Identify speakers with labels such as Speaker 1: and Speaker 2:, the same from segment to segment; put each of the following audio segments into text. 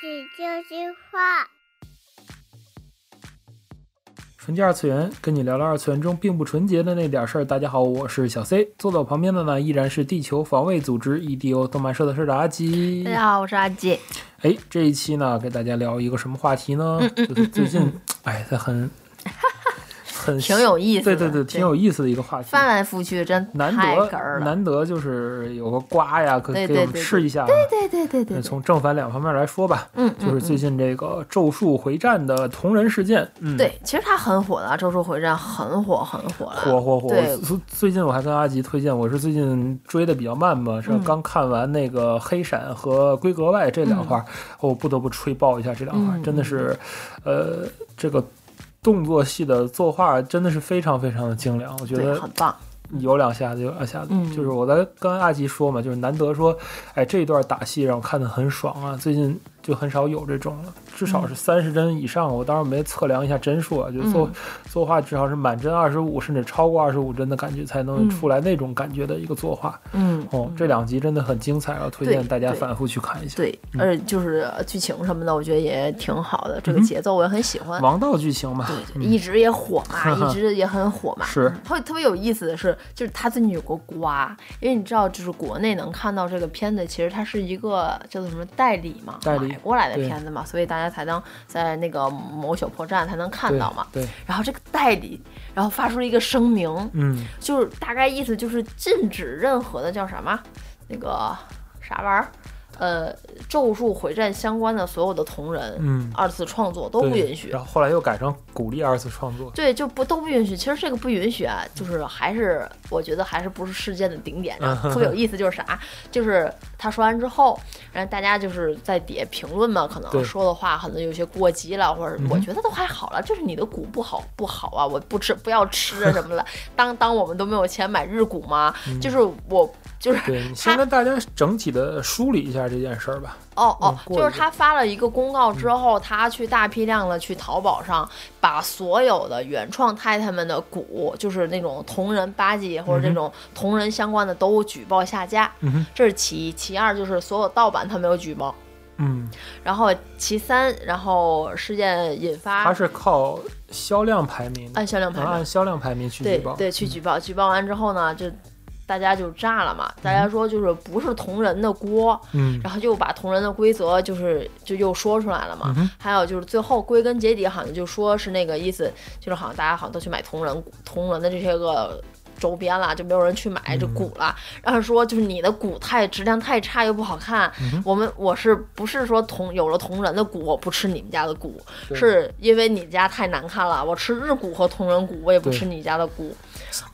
Speaker 1: 这句话。
Speaker 2: 纯洁二次元，跟你聊聊二次元中并不纯洁的那点事儿。大家好，我是小 C，坐在我旁边的呢依然是地球防卫组织 E EDO 动漫社的社长阿吉
Speaker 3: 大。家啊好，我是阿季。
Speaker 2: 哎，这一期呢，给大家聊一个什么话题呢？
Speaker 3: 嗯
Speaker 2: 就是最近，哎，它很很
Speaker 3: 挺有意思
Speaker 2: 对
Speaker 3: 的
Speaker 2: 对对，
Speaker 3: 对
Speaker 2: 挺有意思的一个话题。
Speaker 3: 翻来覆去真
Speaker 2: 难
Speaker 3: 太哏
Speaker 2: 得
Speaker 3: 儿了，
Speaker 2: 难得就是有个瓜呀，可以
Speaker 3: 对
Speaker 2: 给我
Speaker 3: 对
Speaker 2: 们
Speaker 3: 对
Speaker 2: 吃一下。啊
Speaker 3: 对对对对
Speaker 2: 那
Speaker 3: 对，
Speaker 2: 从正反两方面来说吧，
Speaker 3: 嗯，嗯
Speaker 2: 就是最近这个《咒术回战》的同人事件，嗯，，
Speaker 3: 对，其实它很火的，《咒术回战》很火很火了，
Speaker 2: 火火火！
Speaker 3: 对
Speaker 2: 我最近我还跟阿吉推荐，我是最近追的比较慢嘛，是吧
Speaker 3: 嗯
Speaker 2: 刚看完那个《黑闪》和《规格外》这两话，我不得不吹爆一下这两话，
Speaker 3: 嗯
Speaker 2: 真的是，呃，这个动作戏的作画真的是非常非常的精良，我觉
Speaker 3: 对，
Speaker 2: 得
Speaker 3: 很棒。
Speaker 2: 有两下子有两下子，
Speaker 3: 嗯
Speaker 2: 就是我在跟阿吉说嘛，就是难得说，哎，这一段打戏让我看的很爽啊，最近就很少有这种了，至少是三十帧以上。我当时没测量一下帧数啊，就是作、
Speaker 3: 嗯嗯
Speaker 2: 作画至少是满帧二十五，甚至超过二十五帧的感觉才能出来那种感觉的一个作画。
Speaker 3: 嗯，
Speaker 2: 哦，这两集真的很精彩啊，推荐
Speaker 3: 对
Speaker 2: 大家
Speaker 3: 对
Speaker 2: 反复去看一下。
Speaker 3: 对，而且就是剧情什么的，我觉得也挺好的，这个
Speaker 2: 嗯嗯
Speaker 3: 节奏我也很喜欢。
Speaker 2: 王道剧情嘛，
Speaker 3: 对，一直也火 嘛，
Speaker 2: 哈哈
Speaker 3: 一直也很火嘛。
Speaker 2: 是
Speaker 3: 特特别有意思的是，就是它最近有个瓜，因为你知道，就是国内能看到这个片子，其实它是一个叫做什么代理嘛，
Speaker 2: 代理
Speaker 3: 买过来的
Speaker 2: 对
Speaker 3: 片子嘛，所以大家才能在那个某小破站才能看
Speaker 2: 对
Speaker 3: 到嘛。
Speaker 2: 对，
Speaker 3: 然后这个代理，然后发出了一个声明，
Speaker 2: 嗯，
Speaker 3: 就是大概意思就是禁止任何的叫什么那个啥玩意儿，呃，咒术回战相关的所有的同人、
Speaker 2: 嗯
Speaker 3: 二次创作都不
Speaker 2: 对
Speaker 3: 允许
Speaker 2: 然。后后来又改成鼓励二次创作。
Speaker 3: 对，就不都不允许。其实这个不允许啊，就是还是我觉得还是不是事件的顶点
Speaker 2: 嗯
Speaker 3: 上。特别有意思就是啥，就是他说完之后，然后大家就是在底下评论嘛，可
Speaker 2: 对
Speaker 3: 能说的话可能有些过激了，或者
Speaker 2: 嗯哼
Speaker 3: 我觉得都还好了，就是你的股不好不好啊，我不吃不要吃啊什么的。当当我们都没有钱买日股吗？就是我就是
Speaker 2: 嗯 对你先
Speaker 3: 他
Speaker 2: 跟大家整体的梳理一下这件事儿吧。
Speaker 3: 哦哦
Speaker 2: 嗯，过
Speaker 3: 就
Speaker 2: 一嗯个
Speaker 3: 是他发了一个公告之后，他去大批量的去淘宝上把所有的原创太太们的鼓，就是那种同人八级或者
Speaker 2: 嗯哼
Speaker 3: 这种同人相关的都举报下架，
Speaker 2: 嗯哼，
Speaker 3: 这是其一。其二就是所有盗版他没有举报，
Speaker 2: 嗯，
Speaker 3: 然后其三，然后事件引
Speaker 2: 它
Speaker 3: 发
Speaker 2: 是靠销量排名的，
Speaker 3: 啊按销量排
Speaker 2: 能
Speaker 3: 名。
Speaker 2: 按销量排名啊去
Speaker 3: 对
Speaker 2: 举报。嗯
Speaker 3: 对，去举报，举报完之后呢，就大家就炸了嘛，大家说就是不是同人的锅，
Speaker 2: 嗯，
Speaker 3: 然后又把同人的规则就是就又说出来了嘛。
Speaker 2: 嗯哼
Speaker 3: 还有就是最后归根结底好像就说是那个意思，就是好像大家好像都去买同人同人的这些个。周边啦，就没有人去买
Speaker 2: 嗯
Speaker 3: 这鼓了。然后说就是你的鼓太质量太差又不好看，
Speaker 2: 嗯哼
Speaker 3: 我们我是不是说同有了同人的鼓我不吃你们家的鼓，
Speaker 2: 对
Speaker 3: 是因为你家太难看了，我吃日鼓和同人鼓我也不
Speaker 2: 对
Speaker 3: 吃你家的鼓，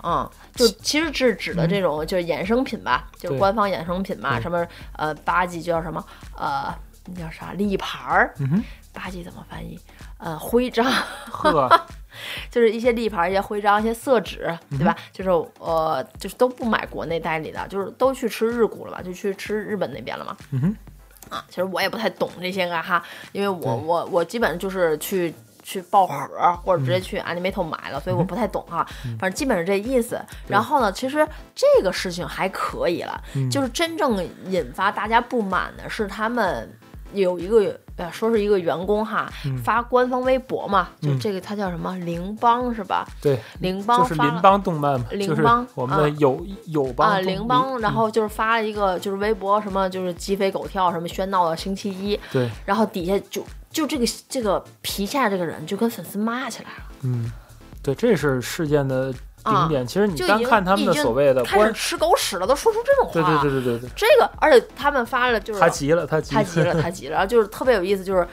Speaker 3: 嗯，就其实是指的这种就是衍生品吧，就是
Speaker 2: 对
Speaker 3: 官方衍生品嘛，
Speaker 2: 对
Speaker 3: 什么呃八级就叫什么呃那叫啥立牌儿，
Speaker 2: 嗯哼，
Speaker 3: 八级怎么翻译？呃，徽章
Speaker 2: 呵，
Speaker 3: 就是一些立牌、一些徽章、一些色纸，对吧？就是呃，就是都不买国内代理的，就是都去吃日股了嘛，就去吃日本那边了嘛。
Speaker 2: 嗯哼，
Speaker 3: 啊，其实我也不太懂这些个哈，因为
Speaker 2: 对
Speaker 3: 我我我基本就是去去报盒儿啊或者直
Speaker 2: 嗯
Speaker 3: 接去 Animato 买了，所以我不太懂哈。反正基本是这意思。然后呢，其实这个事情还可以了，
Speaker 2: 嗯
Speaker 3: 就是真正引发大家不满的是他们有一个。呃，说是一个员工哈，发官方微博嘛，就
Speaker 2: 嗯
Speaker 3: 这个他叫什么邻邦是吧？
Speaker 2: 对，
Speaker 3: 邻邦
Speaker 2: 就是
Speaker 3: 发啊了
Speaker 2: 邻邦动漫嘛，
Speaker 3: 邻
Speaker 2: 就是
Speaker 3: 邦
Speaker 2: 我们的
Speaker 3: 啊
Speaker 2: 友友邦
Speaker 3: 啊，
Speaker 2: 动
Speaker 3: 邻邦，
Speaker 2: 嗯
Speaker 3: 然后就是发了一个就是微博什么就是鸡飞狗跳什么喧闹的星期一，
Speaker 2: 对，
Speaker 3: 然后底下就就这个这个皮下这个人就跟粉丝骂起来了，
Speaker 2: 嗯，对，这是事件的顶
Speaker 3: 啊
Speaker 2: 点。其实你
Speaker 3: 就已
Speaker 2: 单
Speaker 3: 经
Speaker 2: 看他们的
Speaker 3: 已经
Speaker 2: 所谓的
Speaker 3: 开
Speaker 2: 官
Speaker 3: 始，吃狗屎了，都说出这种话。
Speaker 2: 对呃对对对对对，
Speaker 3: 这个，而且他们发了就是
Speaker 2: 他急了，他急
Speaker 3: 他急了，他急了，然后就是特别有意思，就是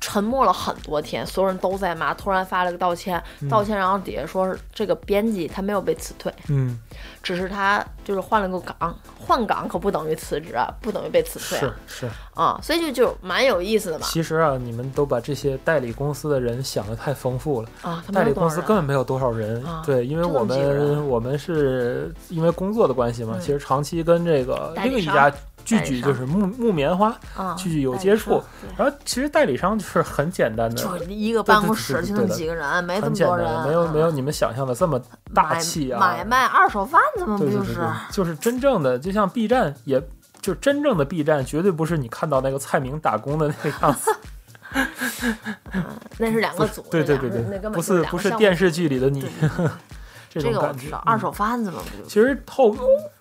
Speaker 3: 沉默了很多天，所有人都在骂，突然发了个道歉，
Speaker 2: 嗯
Speaker 3: 道歉，然后底下说是这个编辑他没有被辞退，
Speaker 2: 嗯，
Speaker 3: 只是他就是换了个岗，换岗可不等于辞职啊，不等于被辞退
Speaker 2: 是
Speaker 3: 啊，
Speaker 2: 是。
Speaker 3: 啊所以就就蛮有意思的嘛
Speaker 2: 其实啊，你们都把这些代理公司的人想的太丰富了。
Speaker 3: 啊，他
Speaker 2: 代
Speaker 3: 们
Speaker 2: 理
Speaker 3: 有
Speaker 2: 公
Speaker 3: 多
Speaker 2: 司
Speaker 3: 少
Speaker 2: 根本
Speaker 3: 人？
Speaker 2: 没有多少人，
Speaker 3: 啊
Speaker 2: 对，因为我
Speaker 3: 就那么几个
Speaker 2: 们
Speaker 3: 人
Speaker 2: 我们是因为工作的关系嘛，
Speaker 3: 嗯
Speaker 2: 其实长期跟这个
Speaker 3: 代理
Speaker 2: 另一
Speaker 3: 商
Speaker 2: 家聚
Speaker 3: 代理
Speaker 2: 聚
Speaker 3: 商
Speaker 2: 就是木木棉花
Speaker 3: 啊，
Speaker 2: 聚聚有
Speaker 3: 代理
Speaker 2: 接触
Speaker 3: 商，对
Speaker 2: 然后其实代理商就是很简单的，
Speaker 3: 就一个
Speaker 2: 对
Speaker 3: 办
Speaker 2: 对
Speaker 3: 公
Speaker 2: 对
Speaker 3: 室
Speaker 2: 对
Speaker 3: 就
Speaker 2: 对
Speaker 3: 那
Speaker 2: 的
Speaker 3: 么几个人，没这
Speaker 2: 很
Speaker 3: 么
Speaker 2: 简
Speaker 3: 多
Speaker 2: 单
Speaker 3: 人，
Speaker 2: 的，没有
Speaker 3: 嗯
Speaker 2: 没有你们想象的这么大
Speaker 3: 买
Speaker 2: 气啊，
Speaker 3: 买卖二手贩子嘛，不
Speaker 2: 对对
Speaker 3: 就
Speaker 2: 对
Speaker 3: 是
Speaker 2: 对？，就是真正的，就像 B 站也。就是真正的 B 站，绝对不是你看到那个蔡明打工的那个样子，
Speaker 3: 啊，那是两个组，
Speaker 2: 对对
Speaker 3: 那
Speaker 2: 对
Speaker 3: 两个那
Speaker 2: 对，
Speaker 3: 根本
Speaker 2: 不
Speaker 3: 就是两
Speaker 2: 不
Speaker 3: 个
Speaker 2: 是
Speaker 3: 项目
Speaker 2: 电视剧里的你
Speaker 3: 对对对
Speaker 2: 这种
Speaker 3: 这个我
Speaker 2: 感
Speaker 3: 知
Speaker 2: 觉嗯
Speaker 3: 道，。二手贩子嘛，不就是
Speaker 2: 其实后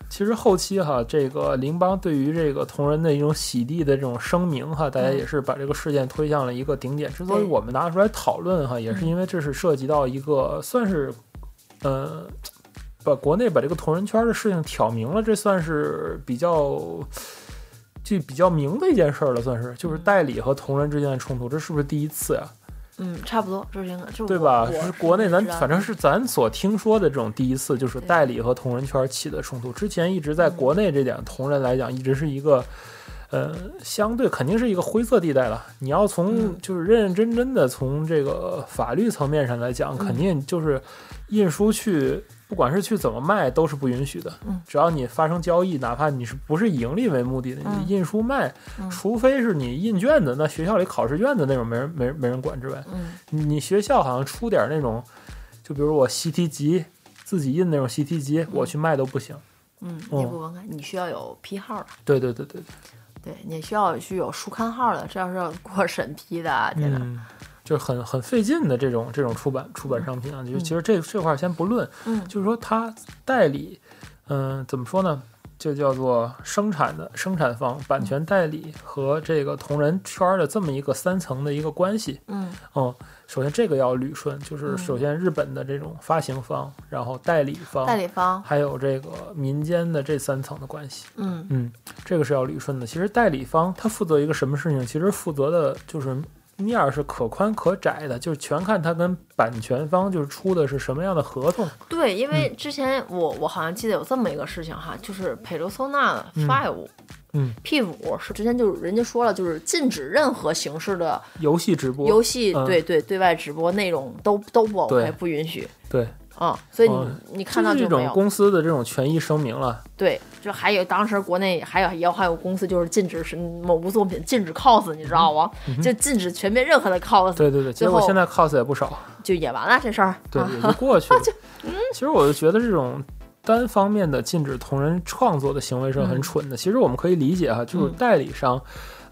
Speaker 2: 其实后期哈，这个羚邦对于这个同人的一种洗地的这种声明哈，大家
Speaker 3: 嗯
Speaker 2: 也是把这个事件推向了一个顶点。之所以
Speaker 3: 对
Speaker 2: 我们拿出来讨论哈，也是
Speaker 3: 嗯
Speaker 2: 因为这是涉及到一个算是，呃，把国内把这个同人圈的事情挑明了，这算是比较。就比较明的一件事儿了，算是就是
Speaker 3: 嗯
Speaker 2: 代理和同人之间的冲突，这是不是第一次呀、
Speaker 3: 嗯，差不多，这是应该，这是
Speaker 2: 对
Speaker 3: 我
Speaker 2: 吧？
Speaker 3: 我
Speaker 2: 是
Speaker 3: 是
Speaker 2: 国内咱
Speaker 3: 知道
Speaker 2: 反正是咱所听说的这种第一次，就是
Speaker 3: 对
Speaker 2: 代理和同人圈起的冲突。之前一直在
Speaker 3: 嗯
Speaker 2: 国内这点同人来讲，一直是一个。呃，相对肯定是一个灰色地带了。你要从
Speaker 3: 嗯
Speaker 2: 就是认认真真的从这个法律层面上来讲，
Speaker 3: 嗯
Speaker 2: 肯定就是印书去，不管是去怎么卖，都是不允许的。
Speaker 3: 嗯
Speaker 2: 只要你发生交易，哪怕你是不是以盈利为目的的，
Speaker 3: 嗯
Speaker 2: 你印书卖，
Speaker 3: 嗯
Speaker 2: 除非是你印卷子，那学校里考试卷子那种没人没人没人管之外，
Speaker 3: 嗯
Speaker 2: 你你学校好像出点那种，就比如我习题集自己印那种习题集，我去卖都不行。
Speaker 3: 嗯，你
Speaker 2: 嗯
Speaker 3: 不文看，你需要有批号的，
Speaker 2: 对对对对，对
Speaker 3: 对，你需要去有书刊号的，这要是要过审批的啊，天哪，
Speaker 2: 嗯，就是很很费劲的这种这种出版出版商品啊。就
Speaker 3: 嗯
Speaker 2: 其实这这块儿先不论，
Speaker 3: 嗯
Speaker 2: 就是说它代理，嗯、怎么说呢？就叫做生产的生产方、版权代理和这个同人圈儿的这么一个三层的一个关系。
Speaker 3: 嗯
Speaker 2: 嗯，首先这个要捋顺，就是
Speaker 3: 嗯
Speaker 2: 首先日本的这种发行方，然后代理方，
Speaker 3: 代理方，
Speaker 2: 还有这个民间的这三层的关系，
Speaker 3: 嗯
Speaker 2: 嗯，这个是要捋顺的。其实代理方他负责一个什么事情，其实负责的就是面儿是可宽可窄的，就是全看他跟版权方就是出的是什么样的合同。
Speaker 3: 对，
Speaker 2: 嗯
Speaker 3: 因为之前我我好像记得有这么一个事情哈，就是佩罗索纳
Speaker 2: 嗯
Speaker 3: Five，
Speaker 2: 嗯
Speaker 3: ，P 五是之前就是人家说了，就是禁止任何形式的
Speaker 2: 游戏直播，
Speaker 3: 游戏
Speaker 2: 嗯
Speaker 3: 对对对外直播内容都都不 OK，
Speaker 2: 对
Speaker 3: 不允许
Speaker 2: 对，
Speaker 3: 啊，所以你
Speaker 2: 嗯
Speaker 3: 你
Speaker 2: 这
Speaker 3: 看到
Speaker 2: 是一
Speaker 3: 就没
Speaker 2: 种
Speaker 3: 有。
Speaker 2: 公司的这种权益声明了。
Speaker 3: 对，就还有当时国内还有也有还有公司就是禁止是某部作品禁止 cos，你知道吗？就禁止全面任何的 cos，
Speaker 2: 嗯对对对，
Speaker 3: 最
Speaker 2: 结果
Speaker 3: 后
Speaker 2: 现在 cos 也不少，
Speaker 3: 就也完了这事儿。
Speaker 2: 对，
Speaker 3: 啊
Speaker 2: 也就过 去了。其实我就觉得这种。单方面的禁止同人创作的行为是很
Speaker 3: 嗯
Speaker 2: 蠢的。其实我们可以理解哈，就是
Speaker 3: 嗯
Speaker 2: 代理商，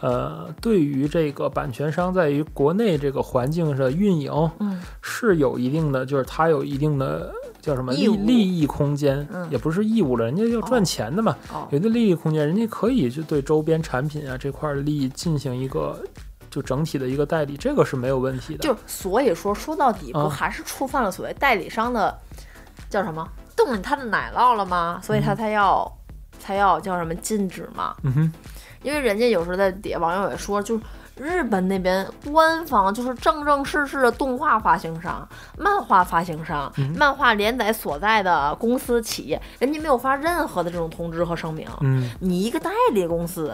Speaker 2: 呃，对于这个版权商在于国内这个环境的运营
Speaker 3: 嗯
Speaker 2: 是有一定的，就是它有一定的叫什么
Speaker 3: 义
Speaker 2: 利
Speaker 3: 务
Speaker 2: 利益空间，
Speaker 3: 嗯
Speaker 2: 也不是义务了，人家要赚钱的嘛，
Speaker 3: 哦
Speaker 2: 有，一定利益空间，人家可以就对周边产品啊这块儿的利益进行一个就整体的一个代理，这个是没有问题的。
Speaker 3: 就所以说说到底不
Speaker 2: 啊
Speaker 3: 还是触犯了所谓代理商的叫什么动了他的奶酪了吗？所以他
Speaker 2: 嗯
Speaker 3: 才要、才要叫什么禁止嘛？
Speaker 2: 嗯哼，
Speaker 3: 因为人家有时候在底下网友也说，就是日本那边官方就是正正式式的动画发行商、漫画发行商、
Speaker 2: 嗯
Speaker 3: 漫画连载所在的公司企业，人家没有发任何的这种通知和声明。
Speaker 2: 嗯，
Speaker 3: 你一个代理公司，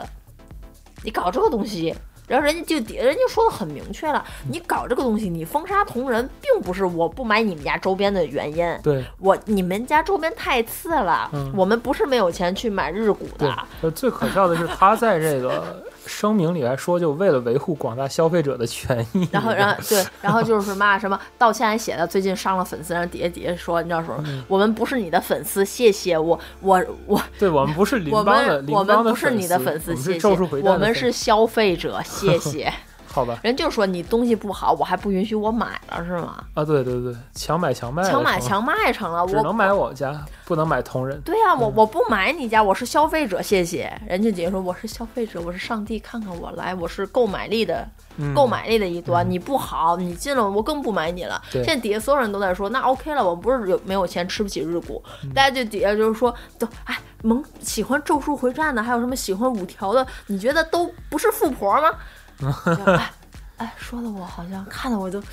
Speaker 3: 你搞这个东西，然后人家就底人家说的很明确了，你搞这个东西，你封杀同人，并不是我不买你们家周边的原因。
Speaker 2: 对。
Speaker 3: 我你们家周边太次了，
Speaker 2: 嗯
Speaker 3: 我们不是没有钱去买日股
Speaker 2: 对
Speaker 3: 的，，
Speaker 2: 呃，最可笑的是，他在这个声明里还说，就为了维护广大消费者的权益。
Speaker 3: 然后，然后对，然后就是嘛什么道歉还写的，最近伤了粉丝，然后底下底下说，你知道什么？
Speaker 2: 嗯
Speaker 3: 我们不是你的粉丝，谢谢我，我我
Speaker 2: 对我们不是邻
Speaker 3: 我
Speaker 2: 邦的，
Speaker 3: 们
Speaker 2: 邻
Speaker 3: 我们
Speaker 2: 邦的
Speaker 3: 不是你的粉
Speaker 2: 丝，我
Speaker 3: 丝，
Speaker 2: 们是
Speaker 3: 谢谢
Speaker 2: 咒术回，战
Speaker 3: 我
Speaker 2: 的
Speaker 3: 们
Speaker 2: 粉
Speaker 3: 是
Speaker 2: 丝
Speaker 3: 消 费者，谢谢。
Speaker 2: 好吧？
Speaker 3: 人就说你东西不好，我还不允许我买了是吗？
Speaker 2: 啊，对对对，强买强卖的成，
Speaker 3: 强买强卖成了，
Speaker 2: 只
Speaker 3: 我
Speaker 2: 能嗯买我家，不能买同人。
Speaker 3: 对呀、我我不买你家，我是消费者，谢谢。人家姐说我是消费者，我是上帝，看看我来，我是购买力的
Speaker 2: 嗯
Speaker 3: 购买力的一端，你不好，你进了我更不买你了。
Speaker 2: 对
Speaker 3: 现在底下所有人都在说，那 OK 了，我不是有没有钱吃不起日股，
Speaker 2: 嗯
Speaker 3: 大家就底下就是说，都哎萌喜欢《咒术回战》的，还有什么喜欢五条的，你觉得都不是富婆吗？ 就哎哎，说的我好像看的我都。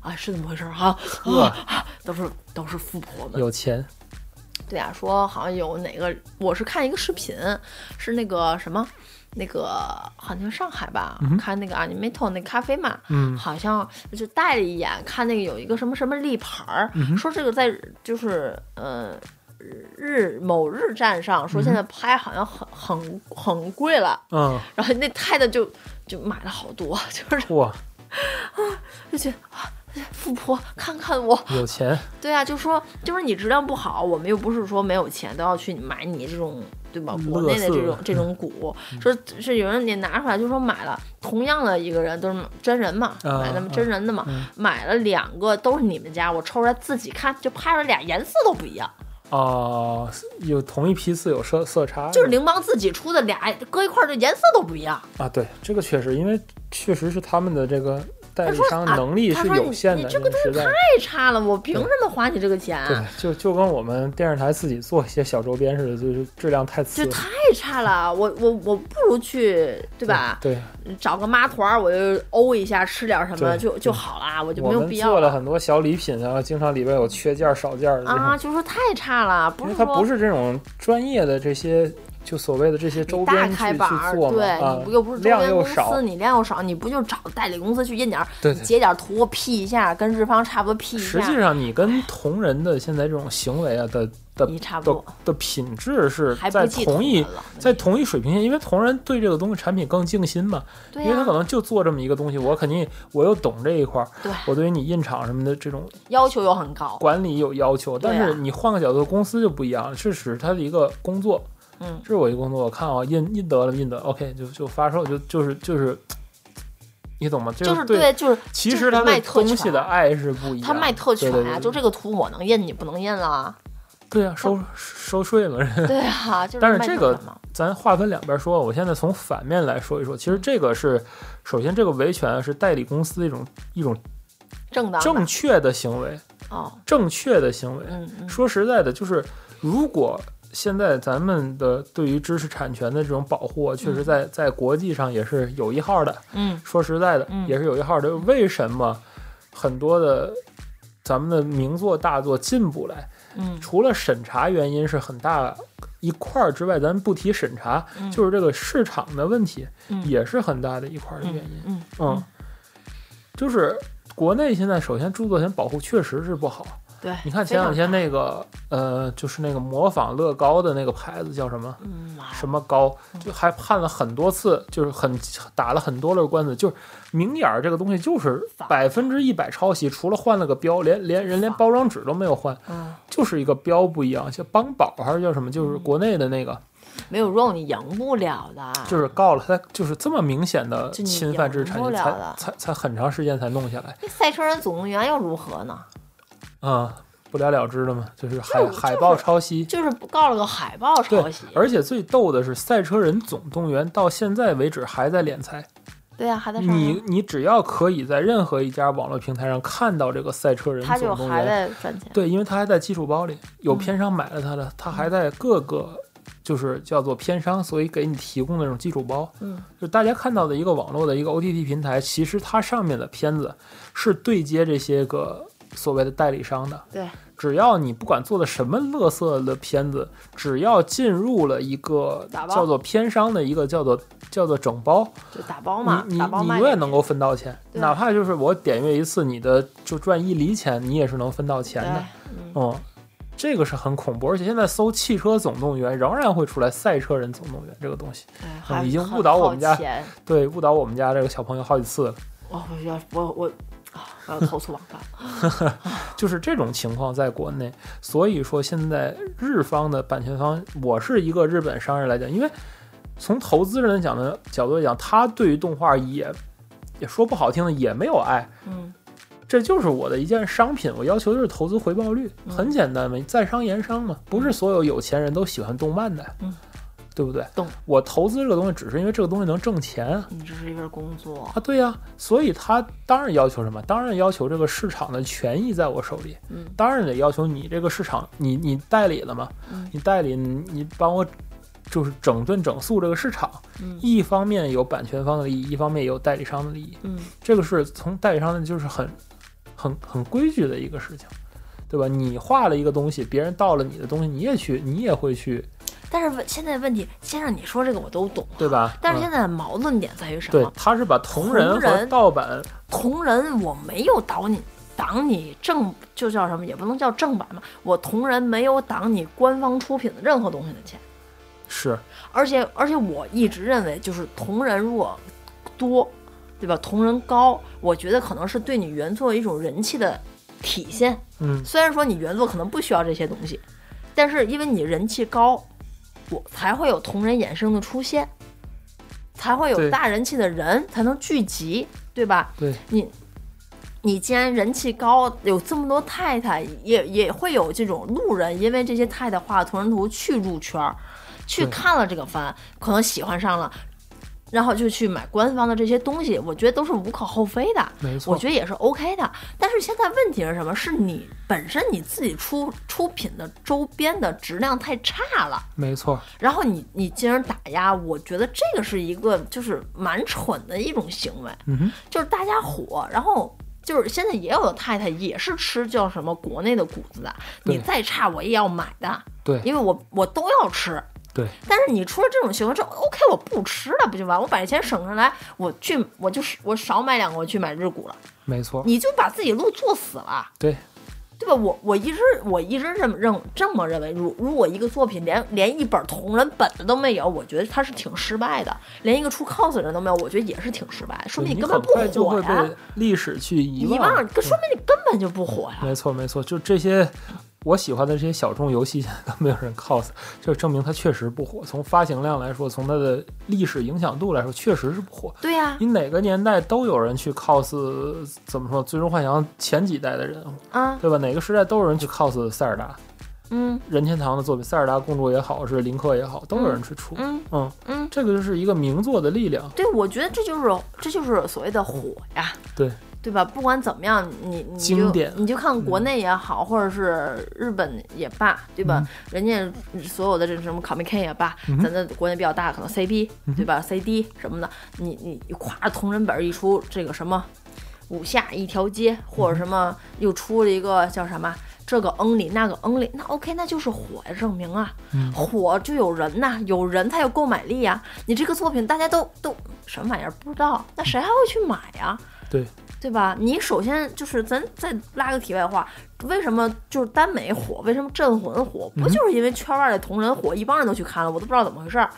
Speaker 3: 啊，是怎么回事儿 啊？
Speaker 2: 呵
Speaker 3: 啊啊都是都是富婆
Speaker 2: 嗯
Speaker 3: 们，
Speaker 2: 有钱，
Speaker 3: 对啊，说好像有哪个，我是看一个视频，是那个什么，那个好像上海吧，看那个 Animato 那咖啡嘛，
Speaker 2: 嗯
Speaker 3: 好像就带了一眼，看那个有一个什么什么立牌儿，说这个在就是呃日某日站上说现在拍好像很、很很贵了，
Speaker 2: 嗯，
Speaker 3: 然后那太太就就买了好多， 就是
Speaker 2: 哇，
Speaker 3: 就觉得啊。富婆，看看我，
Speaker 2: 有钱，
Speaker 3: 对啊，就说就是你质量不好，我们又不是说没有钱都要去买你这种对吧？国内的这
Speaker 2: 乐
Speaker 3: 种
Speaker 2: 色嗯
Speaker 3: 这种股，说是有人你拿出来就说买了，同同样的一个人，都是真人嘛，
Speaker 2: 啊
Speaker 3: 买咱们真人的嘛，
Speaker 2: 嗯
Speaker 3: 买了两个都是你们家，我抽出来自己看，就拍出来俩颜色都不一样，
Speaker 2: 嗯哦，有同一批次有色色差，
Speaker 3: 就是羚邦自己出的俩搁一块儿，这颜色都不一样。
Speaker 2: 啊，对，这个确实，因为确实是他们的这个代理
Speaker 3: 他说
Speaker 2: 商
Speaker 3: 啊
Speaker 2: 能力
Speaker 3: 他
Speaker 2: 是
Speaker 3: 说
Speaker 2: 有
Speaker 3: 你
Speaker 2: 限
Speaker 3: 你
Speaker 2: 的，
Speaker 3: 这个
Speaker 2: 因为实在
Speaker 3: 太差了，我凭什么花你这个钱？啊
Speaker 2: 对，就就跟我们电视台自己做一些小周边似的，就是质量太次
Speaker 3: 就
Speaker 2: 了，
Speaker 3: 太差了，我我我不如去，对吧？
Speaker 2: 对，
Speaker 3: 找个妈团儿，我就欧一下，吃点什么
Speaker 2: 对嗯
Speaker 3: 就就好啦，我就
Speaker 2: 我
Speaker 3: 没有
Speaker 2: 们
Speaker 3: 必要嗯
Speaker 2: 做了很多小礼品啊，经常里边有缺件儿少件儿的这种
Speaker 3: 啊，就说太差了，不
Speaker 2: 因为
Speaker 3: 是
Speaker 2: 它
Speaker 3: 说
Speaker 2: 不是这种专业的这些就所谓的这些周
Speaker 3: 你大
Speaker 2: 边去
Speaker 3: 开
Speaker 2: 去
Speaker 3: 板儿，
Speaker 2: 做嘛，
Speaker 3: 对，
Speaker 2: 啊
Speaker 3: 你不又不是周
Speaker 2: 量
Speaker 3: 边
Speaker 2: 又
Speaker 3: 公
Speaker 2: 少
Speaker 3: 司，，你量又少，你不就找代理公司去印点儿，
Speaker 2: 对
Speaker 3: 你
Speaker 2: 对。
Speaker 3: 截点儿图 P 一下，跟日方差不多 P 一
Speaker 2: 实
Speaker 3: 下
Speaker 2: 际，上，你跟同人的现在这种行为啊的的
Speaker 3: 你哎差不
Speaker 2: 的
Speaker 3: 多，
Speaker 2: 的品质是
Speaker 3: 还不
Speaker 2: 在
Speaker 3: 记
Speaker 2: 同一
Speaker 3: 人了，
Speaker 2: 在同一水平线，因为同人对这个东西产品更静心嘛，
Speaker 3: 对啊
Speaker 2: 因为
Speaker 3: 呀、
Speaker 2: 他可能就做这么一个东西，我肯定我又懂这一块儿，
Speaker 3: 对，
Speaker 2: 我对于你印厂什么的这种
Speaker 3: 要求又很高，
Speaker 2: 管理有要求，
Speaker 3: 对啊
Speaker 2: 但是你换个角度，公司就不一样了，是指它的一个工作，
Speaker 3: 嗯
Speaker 2: 这是我一个工作，我看啊，印印得了，印得了 OK 就就发售，就就是就是，你懂吗？这
Speaker 3: 就
Speaker 2: 个
Speaker 3: 是
Speaker 2: 对，
Speaker 3: 对，就是
Speaker 2: 其
Speaker 3: 就
Speaker 2: 实
Speaker 3: 是
Speaker 2: 它对
Speaker 3: 卖特
Speaker 2: 东
Speaker 3: 权
Speaker 2: 西的爱是不一样，
Speaker 3: 他卖特权
Speaker 2: 对
Speaker 3: 呀、
Speaker 2: 对对
Speaker 3: 就这个图我能印，你不能 印了，
Speaker 2: 对啊，收收税嘛，
Speaker 3: 对啊，就是
Speaker 2: 但是
Speaker 3: 卖
Speaker 2: 这
Speaker 3: 特
Speaker 2: 个
Speaker 3: 权嘛
Speaker 2: 咱划分两边说，我现在从反面来说一说，其
Speaker 3: 嗯
Speaker 2: 实这个是，首先这个维权是代理公司的一种一种
Speaker 3: 正当的
Speaker 2: 正确的行为，
Speaker 3: 哦，
Speaker 2: 正确的行为。
Speaker 3: 嗯嗯，
Speaker 2: 说实在的，就是如果现在咱们的对于知识产权的这种保护啊，确实在在国际上也是有一号的。
Speaker 3: 嗯
Speaker 2: 说实在的
Speaker 3: 嗯，
Speaker 2: 也是有一号的。为什么很多的咱们的名作大作进不来？
Speaker 3: 嗯，
Speaker 2: 除了审查原因是很大一块儿之外，咱们不提审查，
Speaker 3: 嗯
Speaker 2: 就是这个市场的问题
Speaker 3: 嗯
Speaker 2: 也是很大的一块儿的原因。
Speaker 3: 嗯
Speaker 2: 嗯，就是国内现在首先著作权保护确实是不好。
Speaker 3: 对，
Speaker 2: 你看
Speaker 3: 非
Speaker 2: 前两
Speaker 3: 常
Speaker 2: 天
Speaker 3: 大
Speaker 2: 那个呃，就是那个模仿乐高的那个牌子叫什么
Speaker 3: 嗯哇
Speaker 2: 什么高，就还判了很多次，就是很打了很多轮官司，就是明眼儿这个东西就是
Speaker 3: 仿
Speaker 2: 百分之一百抄袭，除了换了个标，连连人连
Speaker 3: 仿
Speaker 2: 包装纸都没有换。
Speaker 3: 嗯
Speaker 2: 就是一个标不一样，叫邦宝啊还是叫什么？就是国内的那个，
Speaker 3: 嗯没有肉你赢不了的，
Speaker 2: 就是告了他，就是这么明显的
Speaker 3: 就你
Speaker 2: 侵犯知识
Speaker 3: 养
Speaker 2: 产
Speaker 3: 不
Speaker 2: 权，
Speaker 3: 了了
Speaker 2: 才才才很长时间才弄下来
Speaker 3: 那赛车人总动员又如何呢？
Speaker 2: 啊、不了了之了嘛，就是海、
Speaker 3: 就是
Speaker 2: 海报抄袭。
Speaker 3: 就是告了个海报抄袭，
Speaker 2: 而且最逗的是，《赛车人总动员》到现在为止还在敛财。
Speaker 3: 对啊呀、还在上
Speaker 2: 你
Speaker 3: 面，
Speaker 2: 你只要可以在任何一家网络平台上看到这个《赛车人
Speaker 3: 他就
Speaker 2: 总动
Speaker 3: 还
Speaker 2: 员》，
Speaker 3: 在赚钱，
Speaker 2: 对，因为它还在基础包里，有
Speaker 3: 嗯
Speaker 2: 片商买了它的，它还在各个就是叫做片商，所以给你提供的那种基础包。
Speaker 3: 嗯
Speaker 2: 就大家看到的一个网络的一个 OTT 平台，其实它上面的片子是对接这些个所谓的代理商的。
Speaker 3: 对，
Speaker 2: 只要你不管做的什么乐色的片子，只要进入了一个
Speaker 3: 打包
Speaker 2: 叫做片商的一个叫做叫做整包，
Speaker 3: 就打包嘛，
Speaker 2: 你你
Speaker 3: 打包
Speaker 2: 你
Speaker 3: 卖
Speaker 2: 永
Speaker 3: 给
Speaker 2: 远能够分到钱，
Speaker 3: 对
Speaker 2: 哪怕就是我点阅一次你的就赚一厘钱，你也是能分到钱
Speaker 3: 对
Speaker 2: 的。，
Speaker 3: 嗯，
Speaker 2: 嗯，这个是很恐怖，而且现在搜《汽车总动员》仍然会出来《赛车人总动员》这个东西，
Speaker 3: 哎还
Speaker 2: 嗯已经
Speaker 3: 很
Speaker 2: 误导我
Speaker 3: 耗
Speaker 2: 们家
Speaker 3: 钱
Speaker 2: 对，误导我们家这个小朋友好几次了。
Speaker 3: 哦我要我我啊我要投诉网站，
Speaker 2: 就是这种情况在国内，所以说现在日方的版权方，我是一个日本商人来讲，因为从投资人讲的角度来讲，他对于动画也也说不好听的也没有爱，
Speaker 3: 嗯
Speaker 2: 这就是我的一件商品，我要求的是投资回报率，
Speaker 3: 嗯
Speaker 2: 很简单嘛，在商言商嘛，不是所有有钱人都喜欢动漫的，
Speaker 3: 嗯
Speaker 2: 对不对？
Speaker 3: 懂
Speaker 2: 我投资这个东西，只是因为这个东西能挣钱啊。
Speaker 3: 你这是一份工作，
Speaker 2: 啊，对呀、所以他当然要求什么？当然要求这个市场的权益在我手里。
Speaker 3: 嗯
Speaker 2: 当然得要求你这个市场，你你代理了嘛？
Speaker 3: 嗯
Speaker 2: 你代理，你你帮我就是整顿整肃这个市场。
Speaker 3: 嗯
Speaker 2: 一方面有版权方的利益，一方面也有代理商的利益，
Speaker 3: 嗯
Speaker 2: 这个是从代理商的就是很很很规矩的一个事情，对吧？你画了一个东西，别人盗了你的东西，你也去，你也会去，
Speaker 3: 但是问现在问题，先生你说这个我都懂啊，
Speaker 2: 对吧？
Speaker 3: 但是现
Speaker 2: 嗯
Speaker 3: 在的矛盾点在于什
Speaker 2: 对
Speaker 3: 么？，
Speaker 2: 他是把同人
Speaker 3: 同人
Speaker 2: 和盗版
Speaker 3: 同人我没有挡你，挡你正就叫什么，也不能叫正版嘛。我同人没有挡你官方出品的任何东西的钱，
Speaker 2: 是
Speaker 3: 而且而且我一直认为，就是同人如果多，对吧？同人高，我觉得可能是对你原作一种人气的体现。
Speaker 2: 嗯，
Speaker 3: 虽然说你原作可能不需要这些东西，但是因为你人气高，我才会有同人衍生的出现。才会有
Speaker 2: 对
Speaker 3: 大人气的人才能聚集，对吧？
Speaker 2: 对，
Speaker 3: 你你既然人气高，有这么多太太，也也会有这种路人，因为这些太太画的同人图去入圈儿，去
Speaker 2: 对
Speaker 3: 看了这个番，可能喜欢上了。然后就去买官方的这些东西，我觉得都是无可厚非的。
Speaker 2: 没错，
Speaker 3: 我觉得也是 OK 的。但是现在问题是什么？是你本身你自己出出品的周边的质量太差了，
Speaker 2: 没错，
Speaker 3: 然后你你进而打压，我觉得这个是一个就是蛮蠢的一种行为，
Speaker 2: 嗯哼，
Speaker 3: 就是大家火，然后。就是现在也有的太太也是吃叫什么国内的谷子的，
Speaker 2: 对
Speaker 3: 你再差我也要买的，
Speaker 2: 对
Speaker 3: 因为我我都要吃。
Speaker 2: 对，
Speaker 3: 但是你出了这种行为之后，OK，我不吃了，不就完？我把这钱省下来，我去，我就是我少买两个，我去买日股了。
Speaker 2: 没错，
Speaker 3: 你就把自己路做死了，
Speaker 2: 对，
Speaker 3: 对吧？我我一直我一直认认这么认为，如如果一个作品连连一本同人本子都没有，我觉得它是挺失败的；连一个出 cos 的人都没有，我觉得也是挺失败的，说
Speaker 2: 对
Speaker 3: 明
Speaker 2: 你
Speaker 3: 根本
Speaker 2: 很快
Speaker 3: 不
Speaker 2: 就会
Speaker 3: 火呀
Speaker 2: 被，历史去遗
Speaker 3: 遗忘，
Speaker 2: 对
Speaker 3: 说明你根本就不火呀。
Speaker 2: 没错没错，就这些我喜欢的这些小众游戏， 现在都没有人 cos，就证明它确实不火。从发行量来说，从它的历史影响度来说，确实是不火。
Speaker 3: 对呀、
Speaker 2: 你哪个年代都有人去 cos，怎么说？最终幻想前几代的人物，
Speaker 3: 啊，
Speaker 2: 对吧？哪个时代都有人去 cos 塞尔达，
Speaker 3: 嗯
Speaker 2: 任天堂的作品，塞尔达公主也好，是林克也好，都有人去出。
Speaker 3: 嗯
Speaker 2: 嗯，
Speaker 3: 嗯，
Speaker 2: 这个就是一个名作的力量。
Speaker 3: 对，我觉得这就是这就是所谓的火呀。
Speaker 2: 对，
Speaker 3: 对吧？不管怎么样，你你
Speaker 2: 经
Speaker 3: 就
Speaker 2: 典嗯
Speaker 3: 你就看国内也好，或者是日本也罢，对吧？人家所有的这什么 Comic Con 也罢，
Speaker 2: 嗯嗯哼嗯
Speaker 3: 咱的国内比较大，可能 CB 对吧、c d 什么的，你你你咵同人本一出，这个什么五下一条街，
Speaker 2: 嗯
Speaker 3: 或者什么又出了一个叫什么？这个嗯里，那个嗯里，那 OK，那就是火呀，证明啊，
Speaker 2: 嗯
Speaker 3: 火就有人呐、有人才有购买力呀、你这个作品大家都都什么玩意儿不知道，那谁还会去买啊呀、
Speaker 2: 对，
Speaker 3: 对吧？你首先就是咱再拉个题外话，为什么就是耽美火？为什么镇魂火？
Speaker 2: 嗯
Speaker 3: 不就是因为圈外的同人火，一帮人都去看了，我都不知道怎么回事儿。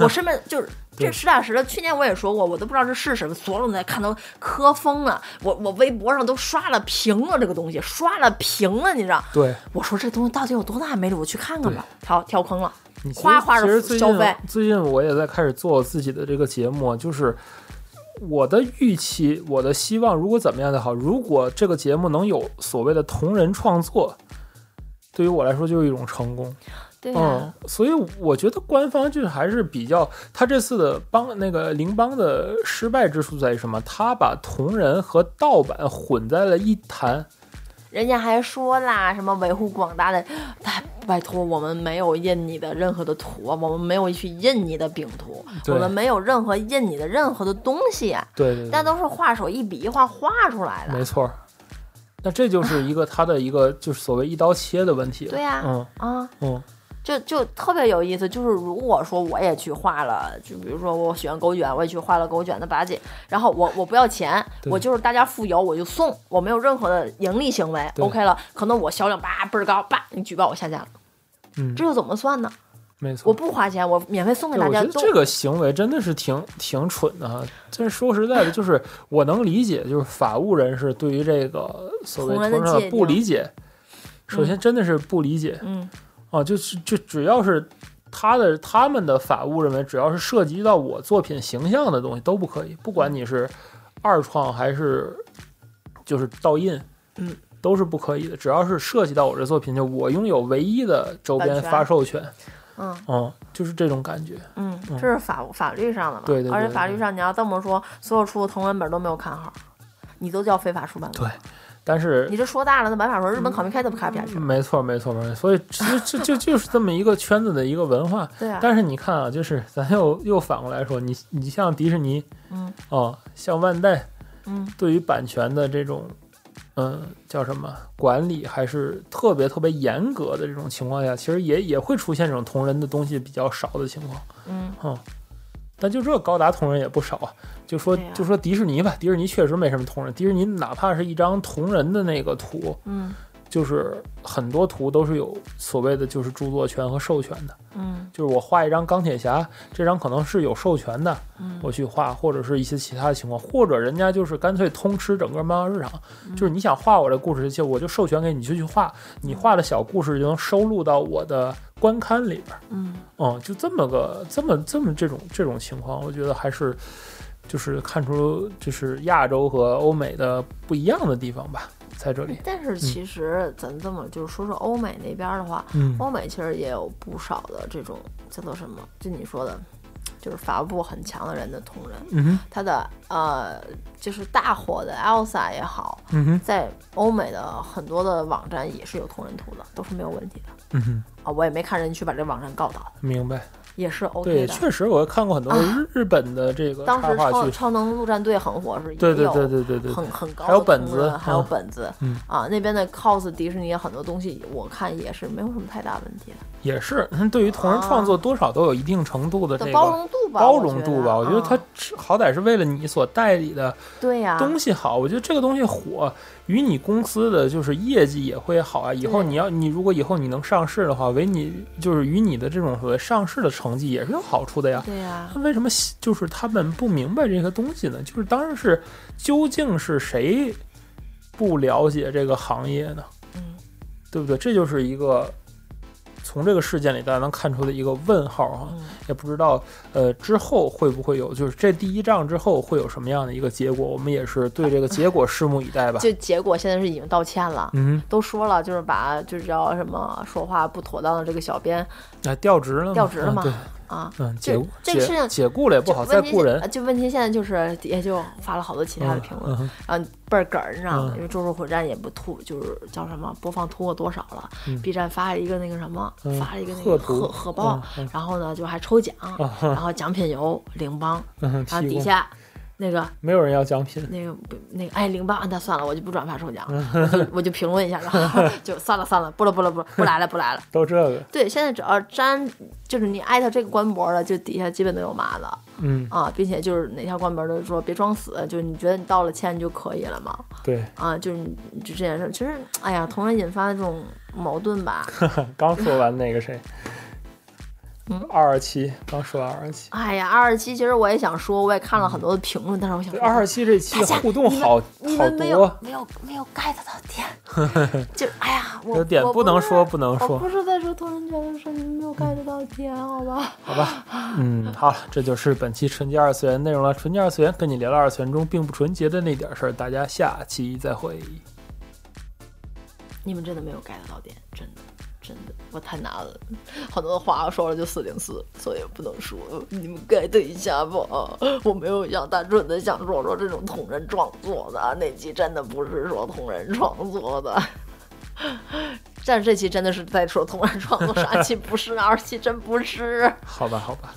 Speaker 3: 我身边 就是
Speaker 2: 对
Speaker 3: 这实打实的，去年我也说过，我都不知道这是什么，所有人在看都磕疯了。我我微博上都刷了屏了这个东西，刷了屏了，你知道？
Speaker 2: 对，
Speaker 3: 我说这东西到底有多大魅力？我去看看吧。好，跳坑了，
Speaker 2: 你其实
Speaker 3: 夸夸
Speaker 2: 其
Speaker 3: 着
Speaker 2: 实最
Speaker 3: 消
Speaker 2: 近
Speaker 3: 费
Speaker 2: 最近我也在开始做自己的这个节目，就是我的预期，我的希望，如果怎么样的好，如果这个节目能有所谓的同人创作，对于我来说就是一种成功。
Speaker 3: 对呀、
Speaker 2: 嗯，所以我觉得官方就是还是比较，他这次的帮那个羚邦的失败之处在于什么？他把同人和盗版混在了一谈。
Speaker 3: 人家还说啦，什么维护广大的，哎，拜托，我们没有印你的任何的图，我们没有去印你的饼图，
Speaker 2: 对嗯
Speaker 3: 我们没有任何印你的任何的东西，
Speaker 2: 对对对，
Speaker 3: 但都是画手一笔一画画出来
Speaker 2: 没
Speaker 3: 的。
Speaker 2: 错儿。那这就是一个他的一个就是所谓一刀切的问题了。
Speaker 3: 对呀
Speaker 2: 嗯
Speaker 3: 啊，
Speaker 2: 嗯，
Speaker 3: 就就特别有意思，就是如果说我也去画了，就比如说我喜欢狗卷，我也去画了狗卷的八戒，然后我我不要钱，
Speaker 2: 对
Speaker 3: 我就是大家付邮我就送，我没有任何的盈利行为
Speaker 2: 对
Speaker 3: ，OK 了，可能我销量叭倍儿高，叭你举报我下架了，
Speaker 2: 嗯
Speaker 3: 这又怎么算呢？
Speaker 2: 没
Speaker 3: 我
Speaker 2: 错。
Speaker 3: 不花钱，我免费送给
Speaker 2: 对
Speaker 3: 大
Speaker 2: 我
Speaker 3: 家
Speaker 2: 觉
Speaker 3: 都。
Speaker 2: 得这个行为真的是挺挺蠢的哈。但是说实在的，就是我能理解，就是法务人士对于这个所谓
Speaker 3: 同
Speaker 2: 同
Speaker 3: 人的嗯
Speaker 2: 人的
Speaker 3: 界
Speaker 2: 不
Speaker 3: 定
Speaker 2: 理解。首先，真的是不理解
Speaker 3: 嗯，
Speaker 2: 啊，就是就只要是他的他们的法务认为，只要是涉及到我作品形象的东西都不可以，不管你是二创还是就是盗印，
Speaker 3: 嗯，
Speaker 2: 都是不可以的。只要是涉及到我这作品，就我拥有唯一的周边
Speaker 3: 版权
Speaker 2: 发售权，
Speaker 3: 嗯
Speaker 2: 嗯，就是这种感觉。
Speaker 3: 嗯，
Speaker 2: 嗯
Speaker 3: 这是法法律上的嘛？
Speaker 2: 对对对
Speaker 3: 而且法律上你要这么说，所有出的同文本都没有看好，你都叫非法出版了。
Speaker 2: 对但是
Speaker 3: 你这说大了，那没法说，日本考没开都不开不下去。
Speaker 2: 没错，没错，没错。所以这这就就是这么一个圈子的一个文化。
Speaker 3: 对啊，
Speaker 2: 但是你看啊，就是咱又又反过来说，你你像迪士尼，
Speaker 3: 嗯
Speaker 2: 哦，像万代，
Speaker 3: 嗯，
Speaker 2: 对于版权的这种，嗯，叫什么管理还是特别特别严格的这种情况下，其实也也会出现这种同人的东西比较少的情况。
Speaker 3: 嗯，
Speaker 2: 但就这高达同人也不少啊，就说、
Speaker 3: 对啊
Speaker 2: 就说迪士尼吧，迪士尼确实没什么同人，迪士尼哪怕是一张同人的那个图，
Speaker 3: 嗯
Speaker 2: 就是很多图都是有所谓的就是著作权和授权的，
Speaker 3: 嗯
Speaker 2: 就是我画一张钢铁侠，这张可能是有授权的，
Speaker 3: 嗯
Speaker 2: 我去画，或者是一些其他的情况，或者人家就是干脆通吃整个漫画市场，就是你想画我的故事，就我就授权给你，就去画，你画的小故事就能收录到我的观刊里边儿，
Speaker 3: 嗯，
Speaker 2: 嗯，就这么个这么这么这种这种情况，我觉得还是就是看出就是亚洲和欧美的不一样的地方吧，在这里，
Speaker 3: 但是其实咱这么就是说说欧美那边儿的话，
Speaker 2: 嗯
Speaker 3: 欧美其实也有不少的这种叫做什么，就你说的，就是法务部很强的人的同人，
Speaker 2: 嗯哼
Speaker 3: 他的呃就是大火的 Elsa 也好，
Speaker 2: 嗯哼
Speaker 3: 在欧美的很多的网站也是有同人图的，都是没有问题的
Speaker 2: 嗯哼，
Speaker 3: 啊。我也没看人去把这网站告倒，
Speaker 2: 明白。
Speaker 3: 也是 OK
Speaker 2: 对，
Speaker 3: 的。
Speaker 2: 确实我看过很多
Speaker 3: 啊
Speaker 2: 日本的这个
Speaker 3: 当
Speaker 2: 插
Speaker 3: 时
Speaker 2: 画
Speaker 3: 超
Speaker 2: 剧，
Speaker 3: 超能陆战队很火，是也有
Speaker 2: 对对对对对对，
Speaker 3: 很很高的
Speaker 2: 还有本子
Speaker 3: 同人还有
Speaker 2: 嗯
Speaker 3: 本子，
Speaker 2: 嗯
Speaker 3: 啊，那边的 cos 迪士尼很多东西，我看也是没有什么太大问题的，
Speaker 2: 也是，嗯对于同人创作多少都有一定程度的这
Speaker 3: 的
Speaker 2: 个
Speaker 3: 啊包容度吧，
Speaker 2: 包容度吧。我
Speaker 3: 我啊
Speaker 2: 觉得
Speaker 3: 他
Speaker 2: 它是好歹是为了你所代理的
Speaker 3: 对呀、
Speaker 2: 东西好，我觉得这个东西火，与你公司的就是业绩也会好啊。以后
Speaker 3: 对
Speaker 2: 你要你如果以后你能上市的话，为你就是与你的这种所谓上市的成绩也是有好处的呀。
Speaker 3: 对呀、
Speaker 2: 那为什么喜就是他们不明白这个东西呢？就是当然是究竟是谁不了解这个行业呢？
Speaker 3: 嗯，
Speaker 2: 对不对？这就是一个从这个事件里大家能看出的一个问号啊。
Speaker 3: 嗯
Speaker 2: 也不知道呃之后会不会有，就是这第一仗之后会有什么样的一个结果，我们也是对这个结果拭目以待吧。
Speaker 3: 就结果现在是已经道歉了。
Speaker 2: 嗯，
Speaker 3: 都说了，就是把就是叫什么说话不妥当的这个小编
Speaker 2: 那调职了嘛，
Speaker 3: 调职了嘛
Speaker 2: 嗯对，
Speaker 3: 啊，
Speaker 2: 嗯，
Speaker 3: 这
Speaker 2: 解雇
Speaker 3: 这个事
Speaker 2: 解
Speaker 3: 情
Speaker 2: 解雇了也不
Speaker 3: 就
Speaker 2: 好，
Speaker 3: 问
Speaker 2: 再
Speaker 3: 题
Speaker 2: 雇
Speaker 3: 现
Speaker 2: 人
Speaker 3: 呃。就问题现在就是底下就发了好多其他的评论，
Speaker 2: 嗯
Speaker 3: 然后倍儿哏儿，你知道吗？
Speaker 2: 嗯
Speaker 3: 因为《咒术回战》也不突，就是叫什么播放突破多少了、
Speaker 2: 嗯
Speaker 3: b 站发了一个那个什么，
Speaker 2: 嗯
Speaker 3: 发了一个那
Speaker 2: 贺
Speaker 3: 个
Speaker 2: 图
Speaker 3: 贺贺报，
Speaker 2: 嗯嗯
Speaker 3: 然后呢就还抽奖，
Speaker 2: 嗯
Speaker 3: 然后奖品有羚邦，
Speaker 2: 嗯，
Speaker 3: 然后
Speaker 2: 提
Speaker 3: 底
Speaker 2: 供
Speaker 3: 下那个
Speaker 2: 没有人要奖品，
Speaker 3: 那个不那个哎零八，那算了，我就不转发抽奖，我就我就评论一下，然后 就算了算了，不了不了不了不来了不来了。
Speaker 2: 都这个，
Speaker 3: 对，现在只要沾就是你艾特这个官博了，就底下基本都有骂的
Speaker 2: 嗯，
Speaker 3: 啊，并且就是哪条官博都说别装死，就是你觉得你道了歉就可以了嘛
Speaker 2: 对，
Speaker 3: 啊，就是你就这件事儿，其实哎呀，同人引发的这种矛盾吧，
Speaker 2: 刚说完那个谁
Speaker 3: 嗯，
Speaker 2: 二二七，刚说完二二七，
Speaker 3: 哎呀，二十七其实我也想说，我也看了很多的评论，但是我想
Speaker 2: 对，
Speaker 3: 说
Speaker 2: 二二七这期
Speaker 3: 大家
Speaker 2: 互动好
Speaker 3: 哎你
Speaker 2: 好啊
Speaker 3: 们没有
Speaker 2: 多，
Speaker 3: 没有没有 get 到啊点，就是哎呀，我
Speaker 2: 有点
Speaker 3: 我
Speaker 2: 不能
Speaker 3: 是
Speaker 2: 说不能
Speaker 3: 我
Speaker 2: 说
Speaker 3: 不，是在说同人圈的事，你们没有 get 到点，好吧？
Speaker 2: 好吧，嗯，好了，这就是本期纯洁二次元内容了。纯洁二次元跟你聊聊二次元中并不纯洁的那点事儿，大家下期再会。
Speaker 3: 你们真的没有 get 到点，真的。真的，我太难了，很多话说了就四零四，所以不能说。你们 get 一下吧，我没有想单纯的想说说这种同人创作的那期，真的不是说同人创作的。 但是这期真的是在说同人创作，上期不是，二期真不是。
Speaker 2: 好吧，好吧。